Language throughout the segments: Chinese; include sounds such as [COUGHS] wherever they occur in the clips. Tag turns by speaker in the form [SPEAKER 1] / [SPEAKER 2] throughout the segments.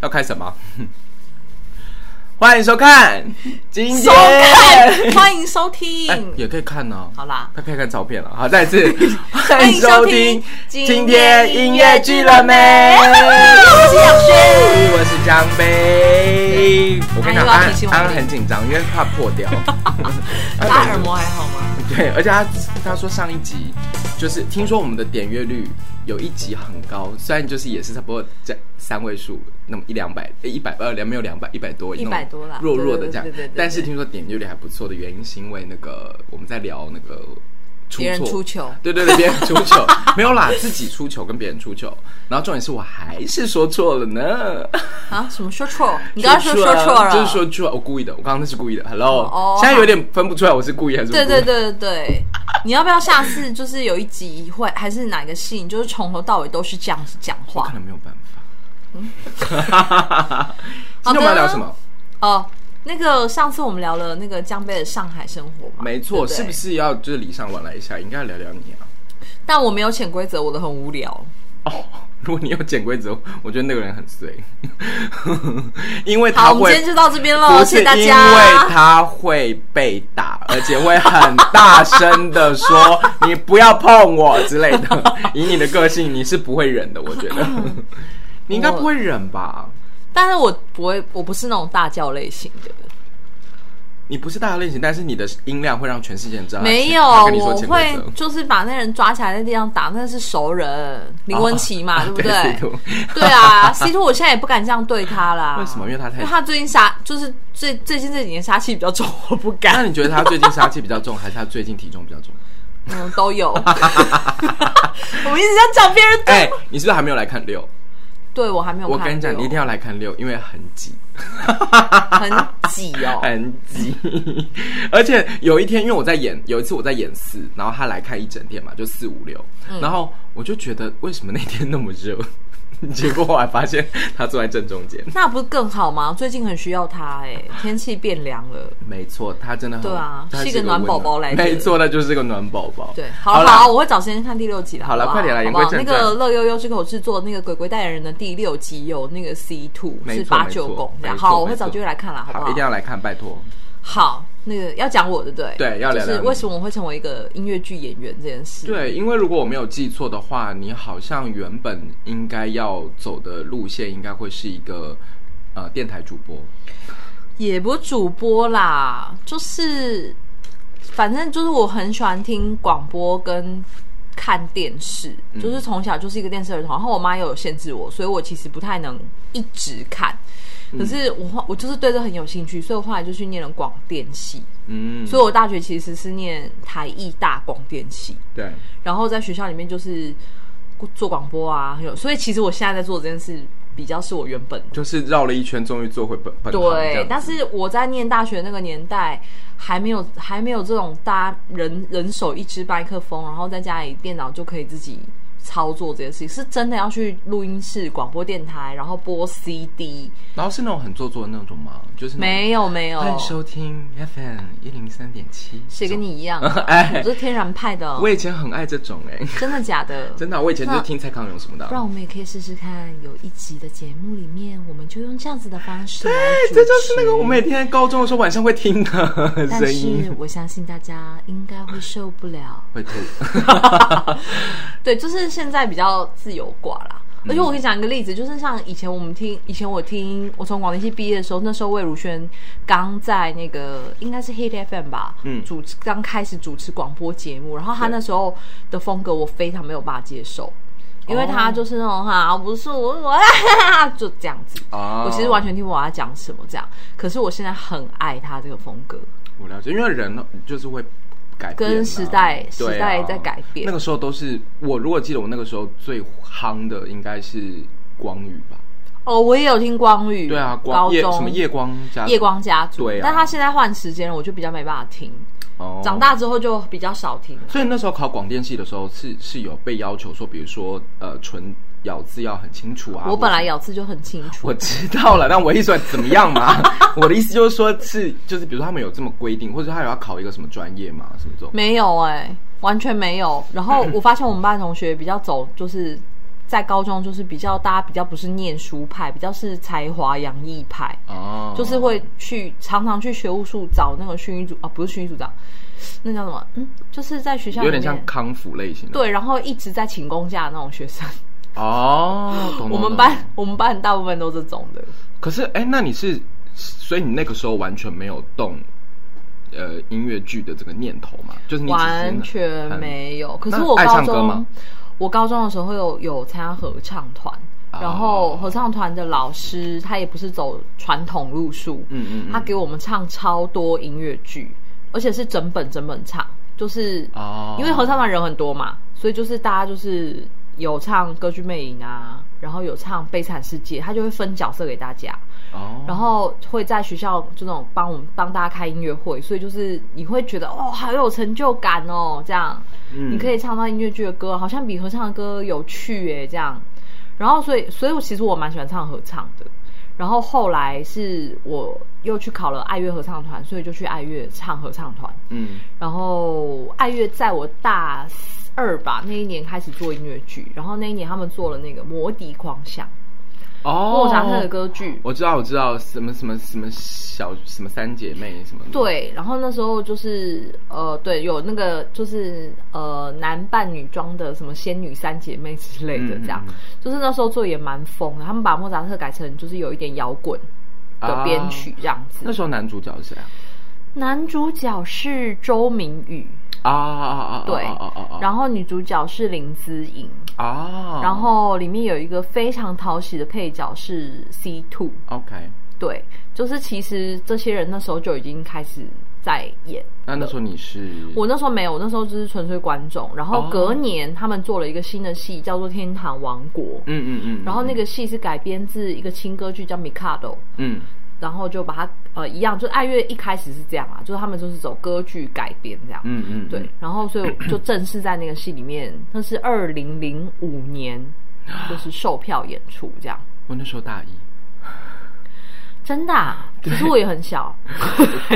[SPEAKER 1] 要开什么？欢迎收看，今天
[SPEAKER 2] 收看，欢迎收
[SPEAKER 1] 哎
[SPEAKER 2] 听。
[SPEAKER 1] 也可以看呢、
[SPEAKER 2] 好啦，
[SPEAKER 1] 他可以看照片了。好，再一
[SPEAKER 2] [LAUGHS]
[SPEAKER 1] 次，欢
[SPEAKER 2] 欢
[SPEAKER 1] 迎
[SPEAKER 2] 迎
[SPEAKER 1] 收
[SPEAKER 2] 收
[SPEAKER 1] 听
[SPEAKER 2] 听
[SPEAKER 1] 今天音乐剧了没？
[SPEAKER 2] 我是小轩。
[SPEAKER 1] 我是江杯。我跟你讲，
[SPEAKER 2] 又要
[SPEAKER 1] 安
[SPEAKER 2] 提醒我
[SPEAKER 1] 安
[SPEAKER 2] 们
[SPEAKER 1] 很紧张，因为怕破
[SPEAKER 2] [LAUGHS]
[SPEAKER 1] 掉。哎
[SPEAKER 2] 大耳膜还好吗？
[SPEAKER 1] [LAUGHS] 对，而且他他说上一集就是听说我们的点阅率有一集很高，虽然就是也是差不多在三位数，那么一两百、一百二两没有两百一百多，
[SPEAKER 2] 100
[SPEAKER 1] 那种
[SPEAKER 2] 多啦
[SPEAKER 1] 弱弱的这样
[SPEAKER 2] 对对对对对。
[SPEAKER 1] 但是听说点阅率还不错的原因，是因为那个我们在聊那个出
[SPEAKER 2] 别人
[SPEAKER 1] 错。
[SPEAKER 2] 出糗，
[SPEAKER 1] 对对对，别人出糗没有啦，自己出糗跟别人出糗，然后重点是我还是说错了呢。
[SPEAKER 2] 啊？什么说错？ [LAUGHS] 你刚刚说说错了，
[SPEAKER 1] 哎就是说错，我故意的，我刚刚那是故意的。Hello，、
[SPEAKER 2] 哦
[SPEAKER 1] 现在有点分不出来我是故意还是不故意
[SPEAKER 2] 对对对对对。你要不要下次就是有一集会还是哪个戏，你就是从头到尾都是这样子讲
[SPEAKER 1] 我
[SPEAKER 2] 话
[SPEAKER 1] 可能没有办法。
[SPEAKER 2] 嗯
[SPEAKER 1] [LAUGHS] 今天我们要聊什么？
[SPEAKER 2] 哦？那个上次我们聊了那个江贝的上海生活嘛，
[SPEAKER 1] 没错，
[SPEAKER 2] 对对
[SPEAKER 1] 是不？是要就是礼尚往来一下？应该要聊聊你啊。
[SPEAKER 2] 但我没有潜规则，我的很无聊。
[SPEAKER 1] 哦， [LAUGHS] 如果你有潜规则，我觉得那个人很衰， [LAUGHS] 因为
[SPEAKER 2] 好，
[SPEAKER 1] 他
[SPEAKER 2] 我们
[SPEAKER 1] 会
[SPEAKER 2] 今天就到这边
[SPEAKER 1] 不
[SPEAKER 2] 了，谢
[SPEAKER 1] 是
[SPEAKER 2] 谢
[SPEAKER 1] 因
[SPEAKER 2] 大
[SPEAKER 1] 为
[SPEAKER 2] 家。
[SPEAKER 1] 他会被打，而且会很大声的
[SPEAKER 2] [LAUGHS]
[SPEAKER 1] 说“你不要碰我”之类的。 [LAUGHS] 以你的个性，你是不会忍的，我觉得。 [LAUGHS] 你应该不会忍吧？
[SPEAKER 2] 但是我不会，我不是那种大叫类型的。
[SPEAKER 1] 你不是大类型，但是你的音量会让全世界人知道他。
[SPEAKER 2] 没有，
[SPEAKER 1] 啊他跟你说
[SPEAKER 2] 我
[SPEAKER 1] 潜规
[SPEAKER 2] 会
[SPEAKER 1] 则。
[SPEAKER 2] 就是把那人抓起来在地上打，那是熟人，林文琪嘛，
[SPEAKER 1] 啊
[SPEAKER 2] 对
[SPEAKER 1] [LAUGHS]
[SPEAKER 2] 不
[SPEAKER 1] 对？
[SPEAKER 2] 对？ [LAUGHS] 对啊，C two 我现在也不敢这样对他啦。
[SPEAKER 1] 为什么？因为他
[SPEAKER 2] 因
[SPEAKER 1] 太
[SPEAKER 2] 为……他最近杀，就是最最近这几年杀气比较重，我不
[SPEAKER 1] 那
[SPEAKER 2] 敢。
[SPEAKER 1] 你觉得他最近杀气比较重，还是他最近体重比较
[SPEAKER 2] [LAUGHS]
[SPEAKER 1] 重？
[SPEAKER 2] 嗯，都有。
[SPEAKER 1] [LAUGHS]
[SPEAKER 2] [LAUGHS] 我们一直在讲别人对，
[SPEAKER 1] 哎，你是不是还没有来看六？
[SPEAKER 2] 对我还没有
[SPEAKER 1] 我
[SPEAKER 2] 看。
[SPEAKER 1] 跟你讲，你一定要来看六，因为很挤，。
[SPEAKER 2] 很挤
[SPEAKER 1] [LAUGHS]
[SPEAKER 2] 哦
[SPEAKER 1] 很挤。而且有一天，因为我在演，有一次我在演四，然后他来看一整天嘛，就四五六，
[SPEAKER 2] 嗯
[SPEAKER 1] 然后我就觉得为什么那天那么热？ [LAUGHS] 结果我还发现他坐在正中间。
[SPEAKER 2] 那不是更好吗？最近很需要他哎、天气变凉了。
[SPEAKER 1] 没错，他真的很
[SPEAKER 2] 对啊
[SPEAKER 1] 他
[SPEAKER 2] 是一个暖
[SPEAKER 1] 温
[SPEAKER 2] 宝宝来着
[SPEAKER 1] 没错，他就是个暖宝宝。
[SPEAKER 2] 对，好了
[SPEAKER 1] 啦
[SPEAKER 2] 好了，我会找时间看第六集的。
[SPEAKER 1] 好了
[SPEAKER 2] 了，
[SPEAKER 1] 快点啦
[SPEAKER 2] 好
[SPEAKER 1] 言
[SPEAKER 2] 不
[SPEAKER 1] 归
[SPEAKER 2] 好？那
[SPEAKER 1] 正
[SPEAKER 2] 个
[SPEAKER 1] 传
[SPEAKER 2] 乐悠悠这个我是做那个鬼鬼代言人的第六集，有那个 C two
[SPEAKER 1] 没
[SPEAKER 2] 是
[SPEAKER 1] 错
[SPEAKER 2] 八
[SPEAKER 1] 没
[SPEAKER 2] 九
[SPEAKER 1] 错
[SPEAKER 2] 宫这样。
[SPEAKER 1] 没错
[SPEAKER 2] 好，我
[SPEAKER 1] 没
[SPEAKER 2] 会找
[SPEAKER 1] 错
[SPEAKER 2] 机会来看啦，好不
[SPEAKER 1] 好，一
[SPEAKER 2] 好
[SPEAKER 1] 定？要来看，拜托。
[SPEAKER 2] 好，那个要讲我对不对？
[SPEAKER 1] 对要聊
[SPEAKER 2] 就是
[SPEAKER 1] 聊
[SPEAKER 2] 为
[SPEAKER 1] 你
[SPEAKER 2] 什么我会成为一个音乐剧演员这件事。，
[SPEAKER 1] 对，因为如果我没有记错的话，你好像原本应该要走的路线，应该会是一个呃电台主播。
[SPEAKER 2] 也不是主播啦，就是反正就是我很喜欢听广播跟。看电视，就是从小就是一个电视儿童，然后我妈又有限制我，所以我其实不太能一直看。可是我后我就是对这很有兴趣，所以我后来就去念了广电系，
[SPEAKER 1] 嗯，
[SPEAKER 2] 所以我大学其实是念台艺大广电系，
[SPEAKER 1] 对，
[SPEAKER 2] 然后在学校里面就是做广播啊，很有，所以其实我现在在做这件事比较是我原本
[SPEAKER 1] 就是绕了一圈，终于做回本本行这样
[SPEAKER 2] 对
[SPEAKER 1] 子，
[SPEAKER 2] 但是我在念大学那个年代，还没有还没有这种大家人人手一支麦克风，然后在家里电脑就可以自己操作这些事情，是真的要去录音室、广播电台，然后播 CD，
[SPEAKER 1] 然后是那种很做作的那种吗？就是那种
[SPEAKER 2] 没有没有，
[SPEAKER 1] 欢迎收听 FM 一零三点七。
[SPEAKER 2] 谁跟你一样？
[SPEAKER 1] [LAUGHS] 哎
[SPEAKER 2] 我是天然派的，
[SPEAKER 1] 我以前很爱这种哎、 [LAUGHS]
[SPEAKER 2] 真的假的？
[SPEAKER 1] 真的啊、我以前就是
[SPEAKER 2] 那
[SPEAKER 1] 听蔡康永什么的啊、
[SPEAKER 2] 让我们也可以试试看，有一集的节目里面，我们就用这样子的方式来主持。
[SPEAKER 1] 哎这就是那个我每天高中的时候晚上会听的
[SPEAKER 2] 但
[SPEAKER 1] 声音
[SPEAKER 2] 是，我相信大家应该会受不了。
[SPEAKER 1] 会 [LAUGHS] 吐。
[SPEAKER 2] 对，就是现在比较自由挂啦。
[SPEAKER 1] 嗯
[SPEAKER 2] 而且我可以讲一个例子，就是像以前我们听，以前我听，我从广电系毕业的时候，那时候魏如萱刚在那个应该是 Hit FM 吧，
[SPEAKER 1] 嗯
[SPEAKER 2] 主持刚开始主持广播节目，然后她
[SPEAKER 1] 对
[SPEAKER 2] 那时候的风格我非常没有办法接受，因为
[SPEAKER 1] 哦
[SPEAKER 2] 她就是那种哈、不是我我 [LAUGHS] 就这样子，
[SPEAKER 1] 哦
[SPEAKER 2] 我其实完全听不懂她讲什么这样，可是我现在很爱她这个风格，
[SPEAKER 1] 我了解，因为人就是会改变啊、
[SPEAKER 2] 跟时代
[SPEAKER 1] 对啊
[SPEAKER 2] 时代在改变
[SPEAKER 1] 那个时候都是我如果记得我那个时候最夯的应该是光宇吧？
[SPEAKER 2] 哦，我也有听光宇，
[SPEAKER 1] 对啊，
[SPEAKER 2] 高
[SPEAKER 1] 光夜
[SPEAKER 2] 中
[SPEAKER 1] 什么夜光加
[SPEAKER 2] 夜光家族，
[SPEAKER 1] 对啊
[SPEAKER 2] 但他现在换时间了，我就比较没办法听。
[SPEAKER 1] 哦啊
[SPEAKER 2] 长。大之后就比较少听了。
[SPEAKER 1] 所以那时候考广电系的时候是是有被要求说，比如说呃唇咬字要很清楚啊。
[SPEAKER 2] 我本来
[SPEAKER 1] 或者
[SPEAKER 2] 咬字就很清楚，
[SPEAKER 1] 我知道了，但我意思说怎么样嘛？ [LAUGHS] 我的意思就是说是就是比如说他们有这么规定，或者他有要考一个什么专业嘛，什么这种。
[SPEAKER 2] 没有哎、完全没有。然后我发现我们班同学比较走就是在高中就是比较大家比较不是念书派，比较是才华洋溢派，
[SPEAKER 1] 哦，
[SPEAKER 2] 嗯就是会去常常去学务处找那个训育组啊，不是训育组长，那叫什么？嗯，就是在学校
[SPEAKER 1] 有
[SPEAKER 2] 里
[SPEAKER 1] 点
[SPEAKER 2] 面
[SPEAKER 1] 像康复类型的。
[SPEAKER 2] 对，然后一直在请公假的那种学生。
[SPEAKER 1] 哦，懂
[SPEAKER 2] 我
[SPEAKER 1] 懂
[SPEAKER 2] 们
[SPEAKER 1] 懂
[SPEAKER 2] 班我们班大部分都这种的，
[SPEAKER 1] 可是，哎、那你是，所以你那个时候完全没有动，呃，音乐剧的这个念头嘛？就是你只是
[SPEAKER 2] 完全没有。可是
[SPEAKER 1] 那
[SPEAKER 2] 我
[SPEAKER 1] 爱
[SPEAKER 2] 高
[SPEAKER 1] 唱歌吗
[SPEAKER 2] 中，我高中的时候有有参加合唱团，然后
[SPEAKER 1] 哦
[SPEAKER 2] 合唱团的老师他也不是走传统路数，
[SPEAKER 1] 嗯嗯嗯
[SPEAKER 2] 他给我们唱超多音乐剧，而且是整本整本唱，就是
[SPEAKER 1] 哦，
[SPEAKER 2] 因为合唱团人很多嘛，所以就是大家就是有唱《歌剧魅影》啊，然后有唱《悲惨世界》，他就会分角色给大家。
[SPEAKER 1] 哦，
[SPEAKER 2] 然后会在学校这种帮我们帮大家开音乐会，所以就是你会觉得哦，好有成就感哦，这样、
[SPEAKER 1] 嗯
[SPEAKER 2] 你可以唱到音乐剧的歌，好像比合唱的歌有趣耶，这样。然后所以，所以我其实我蛮喜欢唱合唱的。然后后来是我又去考了爱乐合唱团，所以就去爱乐唱合唱团。
[SPEAKER 1] 嗯，
[SPEAKER 2] 然后爱乐在我大二吧那一年开始做音乐剧，然后那一年他们做了那个《魔笛狂想》，
[SPEAKER 1] 哦，
[SPEAKER 2] 莫扎特的歌剧。
[SPEAKER 1] 我知道，我知道，什么什么什么小什么三姐妹什么的，
[SPEAKER 2] 对，然后那时候就是呃，对，有那个就是呃男扮女装的什么仙女三姐妹之类的，
[SPEAKER 1] 嗯嗯
[SPEAKER 2] 这样、
[SPEAKER 1] 嗯
[SPEAKER 2] 就是那时候做也蛮疯的。他们把莫扎特改成就是有一点摇滚的编曲这样子。
[SPEAKER 1] 啊那时候男主角是谁啊？
[SPEAKER 2] 男主角是周明宇，
[SPEAKER 1] 啊啊啊啊！
[SPEAKER 2] 对，
[SPEAKER 1] 哦哦哦，
[SPEAKER 2] 然后女主角是林姿颖，
[SPEAKER 1] 啊，
[SPEAKER 2] 然后里面有一个非常讨喜的配角是 C Two，
[SPEAKER 1] OK，
[SPEAKER 2] 对，就是其实这些人那时候就已经开始在演。
[SPEAKER 1] 那那时候你是
[SPEAKER 2] 我那时候没有，我那时候就是纯粹观众。然
[SPEAKER 1] 哦
[SPEAKER 2] 后隔年他们做了一个新的戏，叫做《天堂王国》，
[SPEAKER 1] 嗯嗯嗯，
[SPEAKER 2] 然后那个戏是改编自一个轻歌剧叫《Mikado》，
[SPEAKER 1] 嗯
[SPEAKER 2] 然后就把它呃一样，就是爱乐一开始是这样嘛，就是他们就是走歌剧改编这样。
[SPEAKER 1] 嗯嗯
[SPEAKER 2] 对，然后所以我就正式在那个戏里面，那是二零零五年，就是售票演出这样，
[SPEAKER 1] 我那时候大一。
[SPEAKER 2] 真的、啊。其实我也很小，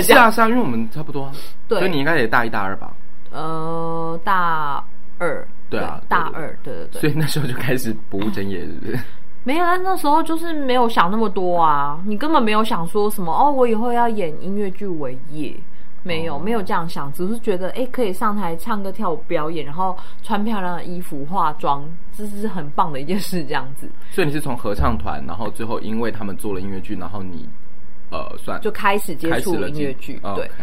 [SPEAKER 1] 是啊是啊，因为我们差不多啊，
[SPEAKER 2] 对
[SPEAKER 1] 所以你应该也大一大二吧，
[SPEAKER 2] 呃，大二，
[SPEAKER 1] 对啊对
[SPEAKER 2] 大
[SPEAKER 1] 对
[SPEAKER 2] 二，对对对。
[SPEAKER 1] 所以那时候就开始不务正业，是
[SPEAKER 2] [LAUGHS]
[SPEAKER 1] 不是？
[SPEAKER 2] 没有，但那时候就是没有想那么多啊，你根本没有想说什么哦，我以后要演音乐剧为业，没
[SPEAKER 1] 哦
[SPEAKER 2] 有、没有这样想，只是觉得诶可以上台唱歌跳舞表演，然后穿漂亮的衣服化妆，这是很棒的一件事，这样
[SPEAKER 1] [LAUGHS]
[SPEAKER 2] 子
[SPEAKER 1] 所以你是从合唱团，然后最后因为他们做了音乐剧，然后你呃算
[SPEAKER 2] 就开始接
[SPEAKER 1] 开始
[SPEAKER 2] 触
[SPEAKER 1] 了
[SPEAKER 2] 音乐剧，
[SPEAKER 1] 哦
[SPEAKER 2] 对。
[SPEAKER 1] OK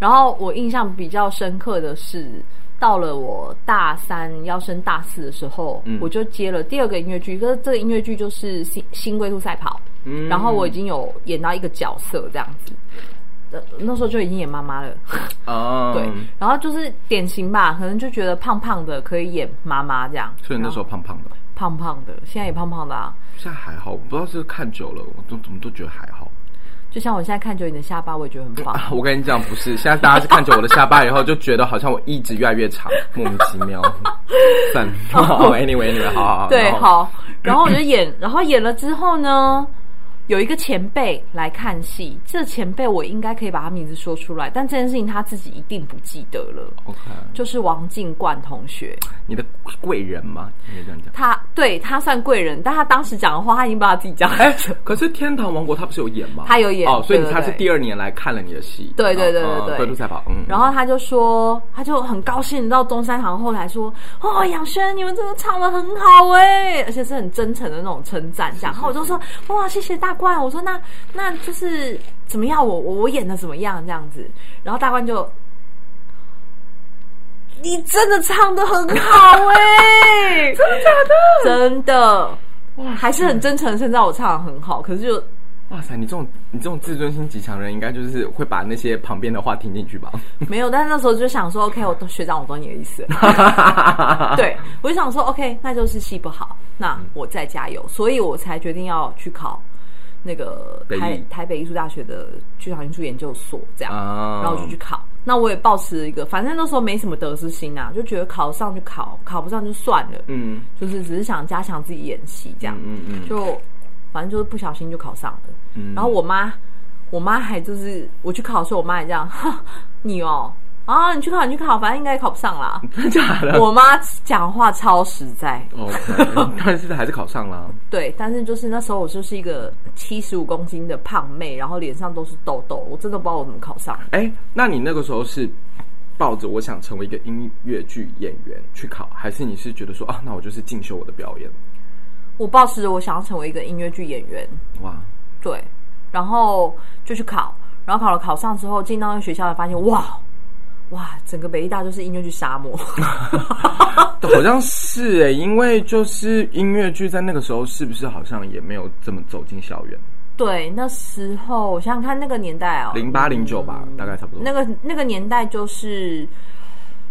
[SPEAKER 2] 然后我印象比较深刻的是，到了我大三要升大四的时候，
[SPEAKER 1] 嗯
[SPEAKER 2] 我就接了第二个音乐剧，这这个音乐剧就是新《新龟兔赛跑》，
[SPEAKER 1] 嗯
[SPEAKER 2] 然后我已经有演到一个角色这样子。呃那时候就已经演妈妈了， [LAUGHS]
[SPEAKER 1] 啊，
[SPEAKER 2] 对，然后就是典型吧，可能就觉得胖胖的可以演妈妈这样，
[SPEAKER 1] 所以你那时候胖胖的，
[SPEAKER 2] 胖胖的，现在也胖胖的啊，
[SPEAKER 1] 现在还好，我不知道是看久了，我都怎么都觉得还好。 [LAUGHS]
[SPEAKER 2] 就像我现在看着你的下巴，我也觉得很胖。
[SPEAKER 1] 啊我跟你讲，不是，现在大家是看着我的下巴以后，就觉得好像我一直越来越长，莫名其
[SPEAKER 2] [LAUGHS]
[SPEAKER 1] 妙。算了，anyway anyway，好好好，
[SPEAKER 2] 哦对，
[SPEAKER 1] 然后，
[SPEAKER 2] 好，然后我就演，然后演了之后呢，有一个前辈来看戏，这前辈我应该可以把他名字说出来，但这件事情他自己一定不记得了，
[SPEAKER 1] OK，
[SPEAKER 2] 就是王静冠同学，
[SPEAKER 1] 你的贵人吗？你可以这样讲。
[SPEAKER 2] 他对他算贵人，但他当时讲的话，他已经把他自己讲。
[SPEAKER 1] 哎、可是《天堂王国》他不是有演吗？
[SPEAKER 2] 他有演
[SPEAKER 1] 哦，所以
[SPEAKER 2] 对对
[SPEAKER 1] 他是
[SPEAKER 2] 对
[SPEAKER 1] 第二年来看了你的戏。
[SPEAKER 2] 对对对
[SPEAKER 1] 哦
[SPEAKER 2] 对对
[SPEAKER 1] 嗯龟兔赛跑，嗯，
[SPEAKER 2] 然后他就说，他就很高兴到东山堂后台说：“哦，杨轩，你们真的唱的很好哎，而且是很真诚的那种称赞。”这样，然后我就说：“哇，谢谢大冠。”我说：“那那就是怎么样？我我我演的怎么样？这样子。”然后大冠就。你真的唱的很好哎、 [LAUGHS] 真的假的？真的，还是很真诚，称赞我唱的很好。可是就
[SPEAKER 1] 哇塞，你这种你这种自尊心极强的人，应该就是会把那些旁边的话听进去吧？
[SPEAKER 2] 没有，但是那时候就想说，OK，我都学长，我懂你的
[SPEAKER 1] [LAUGHS]
[SPEAKER 2] 意思了。对，我就想说，OK，那就是戏不好，那我再加油，所以我才决定要去考那个
[SPEAKER 1] 北
[SPEAKER 2] 台
[SPEAKER 1] 艺
[SPEAKER 2] 台北艺术大学的剧场艺术研究所，这样，
[SPEAKER 1] 啊
[SPEAKER 2] 然后我就去考。那我也抱持一个，反正那时候没什么得失心啊，就觉得考上就考，考不上就算了，
[SPEAKER 1] 嗯
[SPEAKER 2] 就是只是想加强自己演戏这样，
[SPEAKER 1] 嗯嗯嗯，
[SPEAKER 2] 就反正就是不小心就考上了。
[SPEAKER 1] 嗯
[SPEAKER 2] [LAUGHS] 然后我妈，我妈还就是我去考的时候，我妈还这样，哈，你哦，啊，你去考，你去考，反正应该也考不上啦。
[SPEAKER 1] [LAUGHS] 真的假
[SPEAKER 2] [LAUGHS]
[SPEAKER 1] 的哦
[SPEAKER 2] 我妈讲话超实在，
[SPEAKER 1] ？OK，但
[SPEAKER 2] [LAUGHS]
[SPEAKER 1] 是还是考上了。
[SPEAKER 2] 对，但是就是那时候我就是一个七十五公斤的胖妹，然后脸上都是痘痘，我真的不知道我怎么考上。
[SPEAKER 1] 哎、那你那个时候是抱着我想成为一个音乐剧演员去考，还是你是觉得说啊，那我就是进修我的表演？
[SPEAKER 2] 我抱持着我想要成为一个音乐剧演员，
[SPEAKER 1] 哇，
[SPEAKER 2] 对，然后就去考，然后考了考上之后进到那个学校，发现哇哇，整个北艺大就是音乐剧沙漠。
[SPEAKER 1] 好像是哎、因为就是音乐剧在那个时候是不是好像也没有这么走进校园？
[SPEAKER 2] 对，那时候我想想看那个年代哦，
[SPEAKER 1] 零八零九吧，大概差不多。
[SPEAKER 2] 那个那个年代就是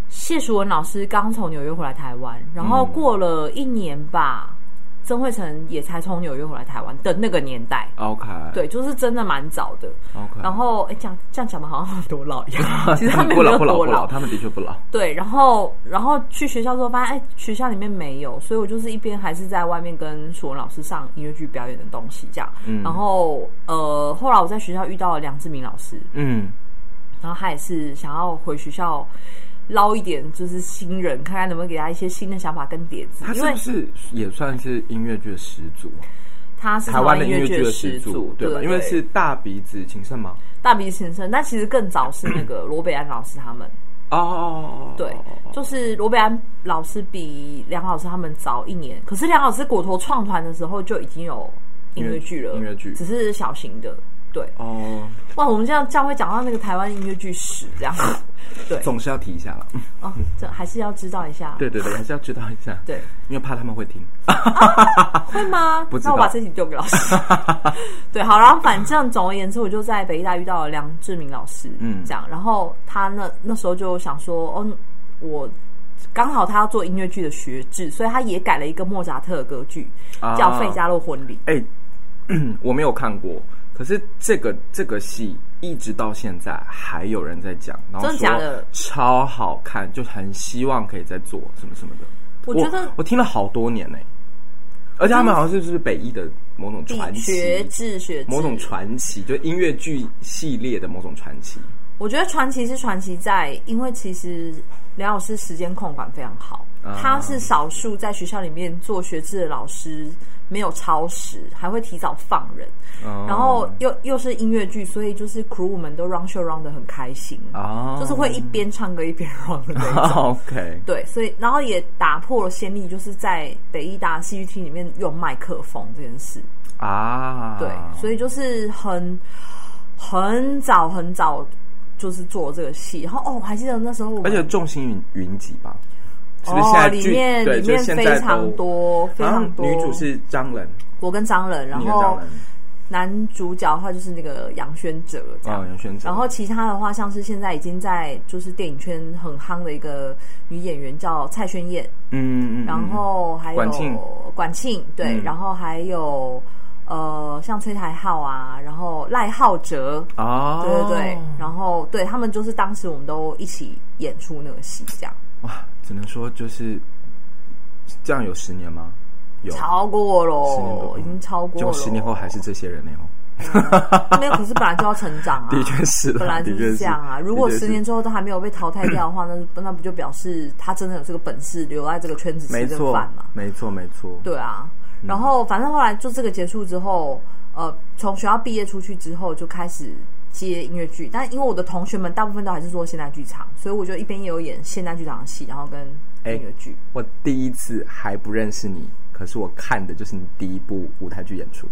[SPEAKER 2] 谢淑文老师刚从纽约回来台湾，然后过了一年吧，曾慧成也才从纽约回来台湾的那个年代。
[SPEAKER 1] OK，
[SPEAKER 2] 对，就是真的蛮早的。
[SPEAKER 1] ，OK。，
[SPEAKER 2] 然后，哎，讲这样讲的好像多老一样
[SPEAKER 1] [LAUGHS]
[SPEAKER 2] 其实他
[SPEAKER 1] 他们
[SPEAKER 2] 们
[SPEAKER 1] 不
[SPEAKER 2] 没
[SPEAKER 1] 老
[SPEAKER 2] 有
[SPEAKER 1] 不老
[SPEAKER 2] 多
[SPEAKER 1] 不老，他们的确不老。
[SPEAKER 2] 对，然后然后去学校之后发现，哎，学校里面没有，所以我就是一边还是在外面跟楚文老师上音乐剧表演的东西这样。
[SPEAKER 1] 嗯
[SPEAKER 2] 然后呃，后来我在学校遇到了梁志明老师，
[SPEAKER 1] 嗯，
[SPEAKER 2] 然后他也是想要回学校捞一点，就是新人，看看能不能给他一些新的想法跟点子
[SPEAKER 1] 他。
[SPEAKER 2] 因
[SPEAKER 1] 是
[SPEAKER 2] 为
[SPEAKER 1] 不是也算是音乐剧的始祖？啊
[SPEAKER 2] 他是
[SPEAKER 1] 台湾的
[SPEAKER 2] 音
[SPEAKER 1] 音乐剧
[SPEAKER 2] 剧
[SPEAKER 1] 的
[SPEAKER 2] 始
[SPEAKER 1] 始祖，
[SPEAKER 2] 对
[SPEAKER 1] 吧？
[SPEAKER 2] 对
[SPEAKER 1] 因为是大鼻子情圣嘛。
[SPEAKER 2] 大鼻先生，但其实更早是那个罗北安老师他们，
[SPEAKER 1] 哦哦哦，哦
[SPEAKER 2] 对
[SPEAKER 1] 哦哦，
[SPEAKER 2] 就是罗北安老师比梁老师他们早一年，可是梁老师果头创团的时候就已经有音乐剧了，
[SPEAKER 1] 音乐剧
[SPEAKER 2] 只是小型的。对，
[SPEAKER 1] 哦，
[SPEAKER 2] 哇，我们这样这样会讲到那个台湾音乐剧史
[SPEAKER 1] [LAUGHS]
[SPEAKER 2] 这样，对，
[SPEAKER 1] 总是要提一下了。
[SPEAKER 2] 哦，这还是要知道一下，
[SPEAKER 1] 对对对，还是要知道一下，
[SPEAKER 2] 对，
[SPEAKER 1] 因为怕他们会听。
[SPEAKER 2] 会吗？
[SPEAKER 1] 不知
[SPEAKER 2] 那我
[SPEAKER 1] 道
[SPEAKER 2] 把这题丢给老
[SPEAKER 1] [LAUGHS]
[SPEAKER 2] 师。对，好，然后反正总而言之，我就在北医大遇到了梁志明老师，
[SPEAKER 1] 嗯
[SPEAKER 2] 嗯，这样，然后他那那时候就想说，哦，我刚好他要做音乐剧的学制，所以他也改了一个莫扎特的歌剧，
[SPEAKER 1] 啊
[SPEAKER 2] 叫《费加洛婚礼》。
[SPEAKER 1] 哎、 [CLEARS THROAT] 我没有看过，可是这个这个戏一直到现在还有人在讲，然后
[SPEAKER 2] 真的
[SPEAKER 1] 说
[SPEAKER 2] 假的
[SPEAKER 1] 超好看，就很希望可以再做什么什么的。
[SPEAKER 2] 我觉得
[SPEAKER 1] 我听了好多年呢、而且他们好像是不是北艺的某种传
[SPEAKER 2] 比学
[SPEAKER 1] 奇，
[SPEAKER 2] 制学制
[SPEAKER 1] 某种传奇，就音乐剧系列的某种传奇。
[SPEAKER 2] 我觉得传奇是传奇在，因为其实梁老师时间控管非常好，
[SPEAKER 1] 啊
[SPEAKER 2] 他是少数在学校里面做学制的老师没有超时，还会提早放人，
[SPEAKER 1] 哦
[SPEAKER 2] 然后又又是音乐剧，所以就是 crew 们都 run show run 的很开心，
[SPEAKER 1] 啊，
[SPEAKER 2] 就是
[SPEAKER 1] [LAUGHS]
[SPEAKER 2] 会一边唱歌一边 run 的那种。
[SPEAKER 1] OK，
[SPEAKER 2] 对，所以然后也打破了先例，就是在北艺大戏剧厅里面用麦克风这件事。
[SPEAKER 1] 啊，
[SPEAKER 2] 对，所以就是很很早很早就是做这个戏，然后哦，我还记得那时候我们，
[SPEAKER 1] 而且众星云云集吧，是不是现
[SPEAKER 2] 哦
[SPEAKER 1] 在
[SPEAKER 2] 里
[SPEAKER 1] 剧、
[SPEAKER 2] 面
[SPEAKER 1] 对，
[SPEAKER 2] 里
[SPEAKER 1] 就
[SPEAKER 2] 面
[SPEAKER 1] 是现
[SPEAKER 2] 非
[SPEAKER 1] 在
[SPEAKER 2] 常
[SPEAKER 1] 都
[SPEAKER 2] 多非
[SPEAKER 1] 然后
[SPEAKER 2] 常多，
[SPEAKER 1] 啊女主是张兰，
[SPEAKER 2] 我跟张仁，然
[SPEAKER 1] 你跟
[SPEAKER 2] 后
[SPEAKER 1] 张兰，
[SPEAKER 2] 男主角的话就是那个杨轩哲这样。
[SPEAKER 1] 啊，杨轩哲，
[SPEAKER 2] 然后其他的话，像是现在已经在就是电影圈很夯的一个女演员叫蔡宣燕，
[SPEAKER 1] 嗯嗯嗯，
[SPEAKER 2] 然后还有
[SPEAKER 1] 管庆
[SPEAKER 2] 管庆对，
[SPEAKER 1] 嗯
[SPEAKER 2] 然后还有呃像崔台浩啊，然后赖浩哲，
[SPEAKER 1] 哦，
[SPEAKER 2] 对对对，然后对他们就是当时我们都一起演出那个戏，这样
[SPEAKER 1] 哇，只能说就是这样有十年吗？有，
[SPEAKER 2] 超过
[SPEAKER 1] 十年
[SPEAKER 2] 喽，
[SPEAKER 1] 多
[SPEAKER 2] 已经超过
[SPEAKER 1] 结
[SPEAKER 2] 了。
[SPEAKER 1] 果十年后还是这些人呢、哦，
[SPEAKER 2] 没有，可是本来就要成长
[SPEAKER 1] [LAUGHS]
[SPEAKER 2] 啊，
[SPEAKER 1] 的确是啦，
[SPEAKER 2] [LAUGHS] 本来就
[SPEAKER 1] 的确
[SPEAKER 2] 是这样啊。如果十年。之后都还没有被淘汰掉的 [LAUGHS] 话，那那不就表示他真的有这个本事留在这个圈子
[SPEAKER 1] 的确是
[SPEAKER 2] 吃
[SPEAKER 1] 没
[SPEAKER 2] 这个
[SPEAKER 1] 错
[SPEAKER 2] 饭嘛？，
[SPEAKER 1] 没错，没错。
[SPEAKER 2] 对啊，然后反正后来就这个结束之后，呃，从学校毕业出去之后就开始接音乐剧，但因为我的同学们大部分都还是做现代剧场，所以我就一边也有演现代剧场的戏，然后跟
[SPEAKER 1] 哎
[SPEAKER 2] 音乐剧。
[SPEAKER 1] 我第一次还不认识你，可是我看的就是你第一部舞台剧演出。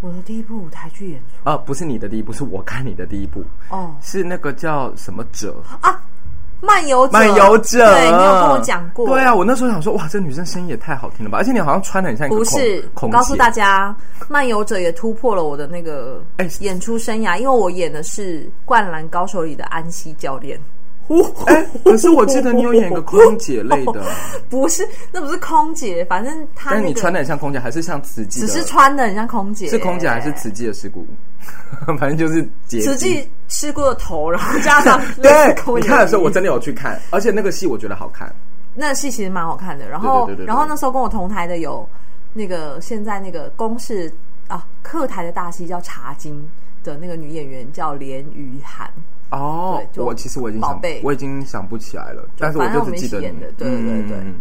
[SPEAKER 2] 我的第一部舞台剧演出
[SPEAKER 1] 呃，不是你的第一部，是我看你的第一部，
[SPEAKER 2] 哦，
[SPEAKER 1] 是那个叫什么者？
[SPEAKER 2] 漫游者
[SPEAKER 1] 漫游者，
[SPEAKER 2] 对你有跟我讲过，
[SPEAKER 1] 对啊，我那时候想说，哇，这女生声音也太好听了吧！而且你好像穿的很像一个
[SPEAKER 2] 不
[SPEAKER 1] 孔
[SPEAKER 2] 是，我
[SPEAKER 1] 孔
[SPEAKER 2] 告诉
[SPEAKER 1] 姐
[SPEAKER 2] 大家，漫游者也突破了我的那个
[SPEAKER 1] 哎
[SPEAKER 2] 演出生涯，因为我演的是《灌篮高手》里的安西教练， [LAUGHS]
[SPEAKER 1] 哎，可是我记得你有演一个空姐类
[SPEAKER 2] [LAUGHS]
[SPEAKER 1] 的，
[SPEAKER 2] 哦不是，那不是空姐，反正他、
[SPEAKER 1] 但
[SPEAKER 2] 那个、
[SPEAKER 1] 是你穿的很像空姐，还是像慈济
[SPEAKER 2] 只
[SPEAKER 1] 的？
[SPEAKER 2] 是穿的很像空姐，欸
[SPEAKER 1] 是空姐还是慈济的事故？ [LAUGHS] 反正就是姐
[SPEAKER 2] 实际吃过的头，然后加
[SPEAKER 1] [LAUGHS]
[SPEAKER 2] 上类
[SPEAKER 1] 对
[SPEAKER 2] 似，空
[SPEAKER 1] 你
[SPEAKER 2] 姐
[SPEAKER 1] 看的时候
[SPEAKER 2] 衣
[SPEAKER 1] 我真的有去看，而且那个戏我觉得好看。
[SPEAKER 2] 那戏其实蛮好看的。然后，
[SPEAKER 1] 对对对对对
[SPEAKER 2] 然后那时候跟我同台的有那个现在那个公式啊客台的大戏叫《茶经》的那个女演员叫连于涵，
[SPEAKER 1] 哦
[SPEAKER 2] 对，就
[SPEAKER 1] 我其实我已经
[SPEAKER 2] 宝
[SPEAKER 1] 想
[SPEAKER 2] 贝，
[SPEAKER 1] 我已经想不起来了，但是
[SPEAKER 2] 反正
[SPEAKER 1] 就
[SPEAKER 2] 我
[SPEAKER 1] 是
[SPEAKER 2] 们一
[SPEAKER 1] 记
[SPEAKER 2] 起
[SPEAKER 1] 得
[SPEAKER 2] 演
[SPEAKER 1] 你嗯
[SPEAKER 2] 的，对对对对、对。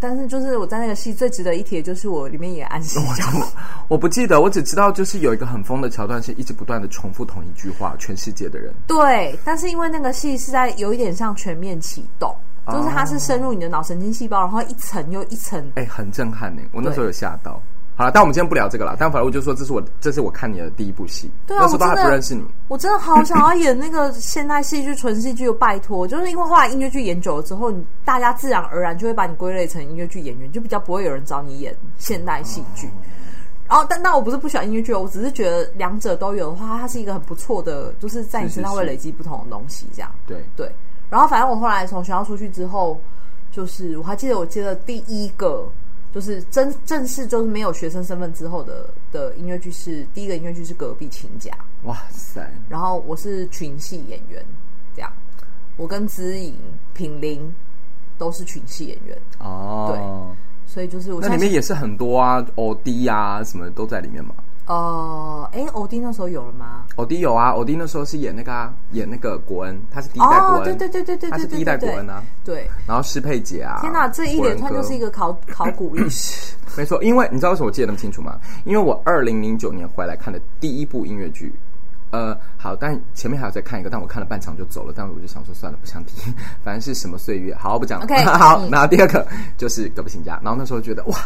[SPEAKER 2] 但是就是我在那个戏最值得一提的就是我里面演安
[SPEAKER 1] [LAUGHS]
[SPEAKER 2] 息
[SPEAKER 1] 嗯我
[SPEAKER 2] 教
[SPEAKER 1] 怎么我不记得，我只知道就是有一个很疯的桥段，是一直不断的重复同一句话，全世界的人。
[SPEAKER 2] 对，但是因为那个戏是在有一点像全面启动，就是
[SPEAKER 1] 哦
[SPEAKER 2] 它是深入你的脑神经细胞，然后一层又一层。
[SPEAKER 1] 哎、很震撼呢、我那
[SPEAKER 2] 对
[SPEAKER 1] 时候有吓到。好了，但我们今天不聊这个了。但反正我就说，这是我这是我看你的第一部戏，
[SPEAKER 2] 对啊
[SPEAKER 1] 那时候都
[SPEAKER 2] 我
[SPEAKER 1] 还
[SPEAKER 2] 真的
[SPEAKER 1] 不认识你。
[SPEAKER 2] 我真的好想要演那个现代戏剧、纯戏剧，哦拜托！就是因为后来音乐剧演久了之后，你大家自然而然就会把你归类成音乐剧演员，就比较不会有人找你演现代戏剧。然后，但但我不是不喜欢音乐剧，哦，我只是觉得两者都有的话，它是一个很不错的，就是在你身上
[SPEAKER 1] 是是
[SPEAKER 2] 会累积不同的东西，这样。
[SPEAKER 1] 对，
[SPEAKER 2] 对，然后反正我后来从学校出去之后，就是我还记得我接了第一个，就是真正式就是没有学生身份之后的的音乐剧是第一个音乐剧是隔壁亲家，
[SPEAKER 1] 哇塞，
[SPEAKER 2] 然后我是群戏演员，这样，我跟知颖、品玲都是群戏演员，
[SPEAKER 1] 哦，
[SPEAKER 2] 所以就是我
[SPEAKER 1] 那
[SPEAKER 2] 现
[SPEAKER 1] 里
[SPEAKER 2] 在
[SPEAKER 1] 面也是很多啊，偶滴啊什么的都在里面嘛。
[SPEAKER 2] 呃，哎，欧弟那时候有了吗？
[SPEAKER 1] 偶滴有啊，偶滴那时候是演那个啊，演那个国恩，他是第一代国
[SPEAKER 2] 哦，
[SPEAKER 1] 恩，
[SPEAKER 2] 对对对对对
[SPEAKER 1] 他
[SPEAKER 2] 对
[SPEAKER 1] 是第
[SPEAKER 2] 对
[SPEAKER 1] 一代
[SPEAKER 2] 对
[SPEAKER 1] 国恩
[SPEAKER 2] 对，
[SPEAKER 1] 啊。
[SPEAKER 2] 对，
[SPEAKER 1] 然后施佩杰啊，
[SPEAKER 2] 天哪，这一连串就是一
[SPEAKER 1] 个
[SPEAKER 2] 个考 [COUGHS] 考古
[SPEAKER 1] [LAUGHS]
[SPEAKER 2] 历史，
[SPEAKER 1] 没错，因为你知道为什么我记得那么清楚吗？因为我二零零九年回来看的第一部音乐剧，呃，好，但前面还有再看一个，但我看了半场就走了，但我就想说算了，不想提，反正是什么岁月，好不讲了。[LAUGHS]
[SPEAKER 2] OK，
[SPEAKER 1] 好，
[SPEAKER 2] 嗯
[SPEAKER 1] 然后第二个就是《隔壁新家》，然后那时候觉得哇，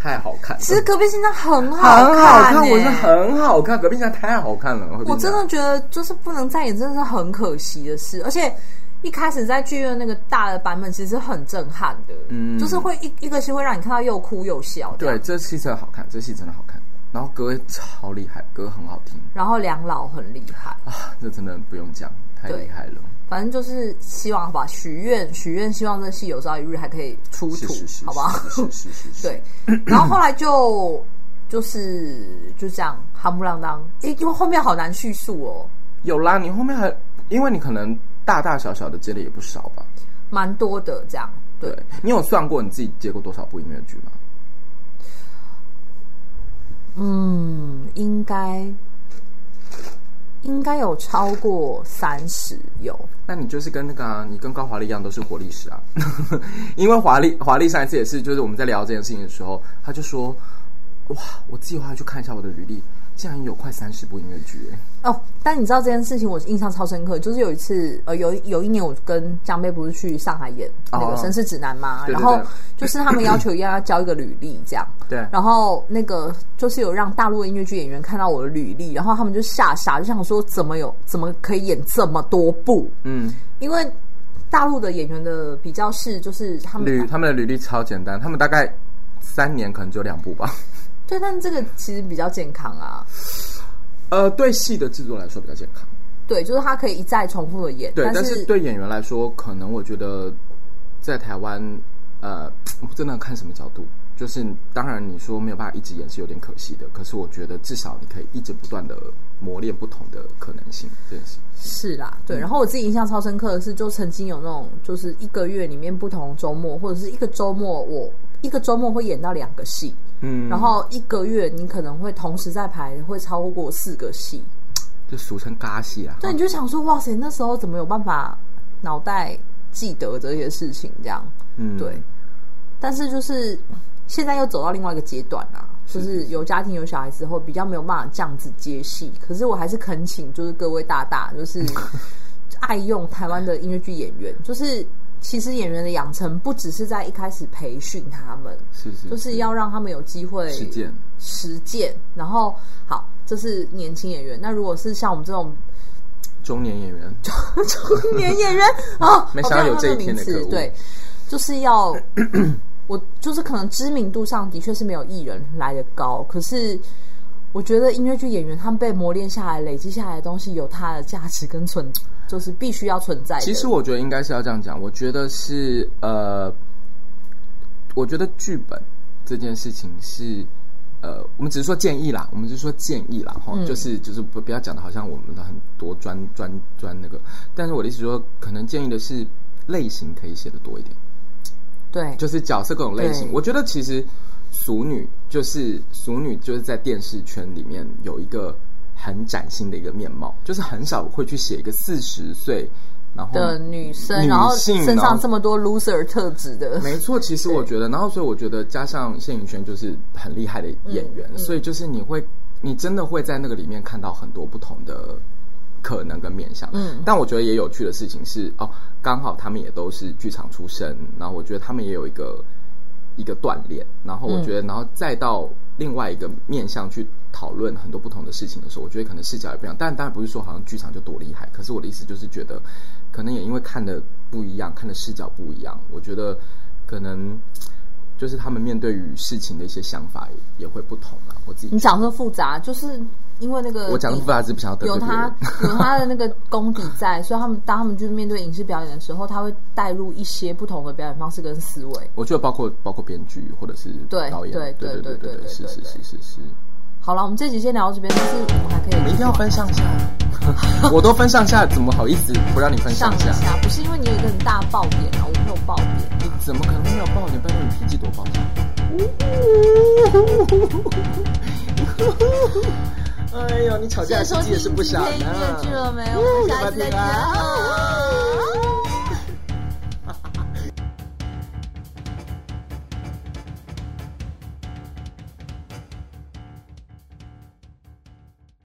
[SPEAKER 1] 太好看了，
[SPEAKER 2] 其实隔壁现在很
[SPEAKER 1] 很好
[SPEAKER 2] 看、欸，
[SPEAKER 1] 我是很好看，《隔壁新家》太好看了，我跟
[SPEAKER 2] 我
[SPEAKER 1] 你
[SPEAKER 2] 真
[SPEAKER 1] 讲
[SPEAKER 2] 的觉得就是不能再演，真的是很可惜的事。而且一开始在剧院那个大的版本，其实很震撼的，
[SPEAKER 1] 嗯
[SPEAKER 2] 就是会一一个戏会让你看到又哭又笑的。
[SPEAKER 1] 对，，这戏真的好看，这戏真的好看，然后歌超厉害，歌很好听
[SPEAKER 2] 然后梁老很厉害，
[SPEAKER 1] 啊，这真的不用讲，太
[SPEAKER 2] 对
[SPEAKER 1] 厉害了。
[SPEAKER 2] 反正就是希望好吧，许愿许愿，希望这戏有朝一日还可以出土，
[SPEAKER 1] 是是是，
[SPEAKER 2] 好不好？
[SPEAKER 1] 是是是 [LAUGHS] 是，
[SPEAKER 2] 对，然后后来就就是就这样，夯不啷当，因因为后面好难叙述哦，
[SPEAKER 1] 有啦，你后面还因为你可能大大小小的接的也不少吧？
[SPEAKER 2] 蛮多的这样。对
[SPEAKER 1] 对，你有算过你自己接过多少部音乐剧吗？
[SPEAKER 2] 嗯，应该应该有超过三十有。
[SPEAKER 1] 那你就是跟那个、啊，你跟高华丽一样，都是活历史啊。 [LAUGHS] 因为华丽，华丽上一次也是，就是我们在聊这件事情的时候，他就说：“哇，我计划去看一下我的履历，竟然有快三十部音乐剧。
[SPEAKER 2] 哦，但你知道这件事情，我印象超深刻。就是有一次，呃，有有一年我跟江贝不是去上海演那个
[SPEAKER 1] 哦
[SPEAKER 2] 《绅士指南》嘛，
[SPEAKER 1] 对对
[SPEAKER 2] 然
[SPEAKER 1] 对
[SPEAKER 2] 后就是他们要求要交一个履历这样，”
[SPEAKER 1] 对，
[SPEAKER 2] 然后那个就是有让大陆的音乐剧演员看到我的履历，然后他们就吓傻，就想说怎么有怎么可以演这么多部？
[SPEAKER 1] 嗯，
[SPEAKER 2] 因为大陆的演员的比较是就是他们
[SPEAKER 1] 履他们的履历超简单，他们大概三年可能只有两部吧。
[SPEAKER 2] 对，但这个其实比较健康啊。
[SPEAKER 1] 呃，对戏的制作来说比较健康。
[SPEAKER 2] 对，就是他可以一再重复的演，
[SPEAKER 1] 对，但
[SPEAKER 2] 是
[SPEAKER 1] 是对演员来说，可能我觉得在台湾，呃，真的看什么角度。就是当然，你说没有办法一直演是有点可惜的，可是我觉得至少你可以一直不断的磨练不同的可能性这件事。
[SPEAKER 2] 是啦，对。然后我自己印象超深刻的是，就曾经有那种，就是一个月里面不同周末，或者是一个周末我。一个周末会演到两个戏，
[SPEAKER 1] 嗯，
[SPEAKER 2] 然后一个月你可能会同时在排，会超过四个戏。
[SPEAKER 1] 就俗称尬戏啊，
[SPEAKER 2] 对，你就想说，哇塞，那时候怎么有办法脑袋记得这些事情？这样，
[SPEAKER 1] 嗯，
[SPEAKER 2] 对，。但是就是现在又走到另外一个阶段啦，就是有家庭有小孩之后，比较没有办法这样子接戏。可是我还是恳请，就是各位大大，就是 [LAUGHS] 爱用台湾的音乐剧演员，就是其实演员的养成不只是在一开始培训他们，
[SPEAKER 1] 是是，
[SPEAKER 2] 就是要让他们有机会
[SPEAKER 1] 实践。
[SPEAKER 2] 实践。然后好，这是年轻演员。那如果是像我们这种
[SPEAKER 1] 中年演员，
[SPEAKER 2] 中年
[SPEAKER 1] [LAUGHS]
[SPEAKER 2] 演员啊，
[SPEAKER 1] 没想到有这一天的
[SPEAKER 2] 我不知道他
[SPEAKER 1] 可恶
[SPEAKER 2] 名字对，就是要我就是可能知名度上的确是没有艺人来的高，可是我觉得音乐剧演员他们被磨练下来、累积下来的东西有它的价值跟存，就是必须要存在的。
[SPEAKER 1] 其实我觉得应该是要这样讲，我觉得是呃，我觉得剧本这件事情是呃，我们只是说建议啦，我们只是说建议啦，
[SPEAKER 2] 嗯
[SPEAKER 1] 哈、就是就是不不要讲的好像我们的很多专专专那个，但是我的意思说，可能建议的是类型可以写的多一点，
[SPEAKER 2] 对，
[SPEAKER 1] 就是角色各种类型。
[SPEAKER 2] 对
[SPEAKER 1] 我觉得其实熟女就是熟女，就是在电视圈里面有一个很崭新的一个面貌，就是很少会去写一个四十岁然后
[SPEAKER 2] 的女生，
[SPEAKER 1] 女
[SPEAKER 2] 然后
[SPEAKER 1] 性
[SPEAKER 2] 身
[SPEAKER 1] 然
[SPEAKER 2] 上
[SPEAKER 1] 后
[SPEAKER 2] 这么多 loser 特质的，
[SPEAKER 1] 没错，其实我觉得，然后所以我觉得加上谢颖轩就是很厉害的演员，所以就是你会，你真的会在那个里面看到很多不同的可能跟面向。嗯，但我觉得也有趣的事情是，哦，刚好他们也都是剧场出身，然后我觉得他们也有一个一个锻炼，然后我觉得，然后再到另外一个面向去讨论很多不同的事情的时候，我觉得可能视角也不一样。但当然不是说好像剧场就多厉害，可是我的意思就是觉得，可能也因为看的不一样，看的视角不一样，我觉得可能就是他们面对于事情的一些想法也也会不同啊。我自己
[SPEAKER 2] 你讲这复杂，就是因为那个
[SPEAKER 1] 我讲的
[SPEAKER 2] 你
[SPEAKER 1] 复杂，只是不想要得罪
[SPEAKER 2] 有
[SPEAKER 1] 别
[SPEAKER 2] 他
[SPEAKER 1] 人。
[SPEAKER 2] 有他的那个功底在，所以他们当他们去面对影视表演的时候，他会带入一些不同的表演方式跟思维。
[SPEAKER 1] 我觉得包括包括编剧或者是
[SPEAKER 2] 对
[SPEAKER 1] 导演，
[SPEAKER 2] 对
[SPEAKER 1] 对对
[SPEAKER 2] 对对对
[SPEAKER 1] 对，是
[SPEAKER 2] 对
[SPEAKER 1] 是
[SPEAKER 2] 对
[SPEAKER 1] 是是是，
[SPEAKER 2] 好了，我们这集先聊到这边，但是我们还可以
[SPEAKER 1] 我们一定要分上下， [LAUGHS] 我都分上下，怎么好意思不让你分
[SPEAKER 2] 上
[SPEAKER 1] 上
[SPEAKER 2] 一
[SPEAKER 1] 下？
[SPEAKER 2] 下，不是因为你有一个很大的爆点啊，我没有爆点，
[SPEAKER 1] 你怎么可能没有爆？你拜托你脾气多爆！哎呦，你吵架的
[SPEAKER 2] 所以说
[SPEAKER 1] 时机也是不小
[SPEAKER 2] 听今天
[SPEAKER 1] 呢哎
[SPEAKER 2] 的。剧了没？我们下一次再见。
[SPEAKER 1] 拜拜
[SPEAKER 2] 啊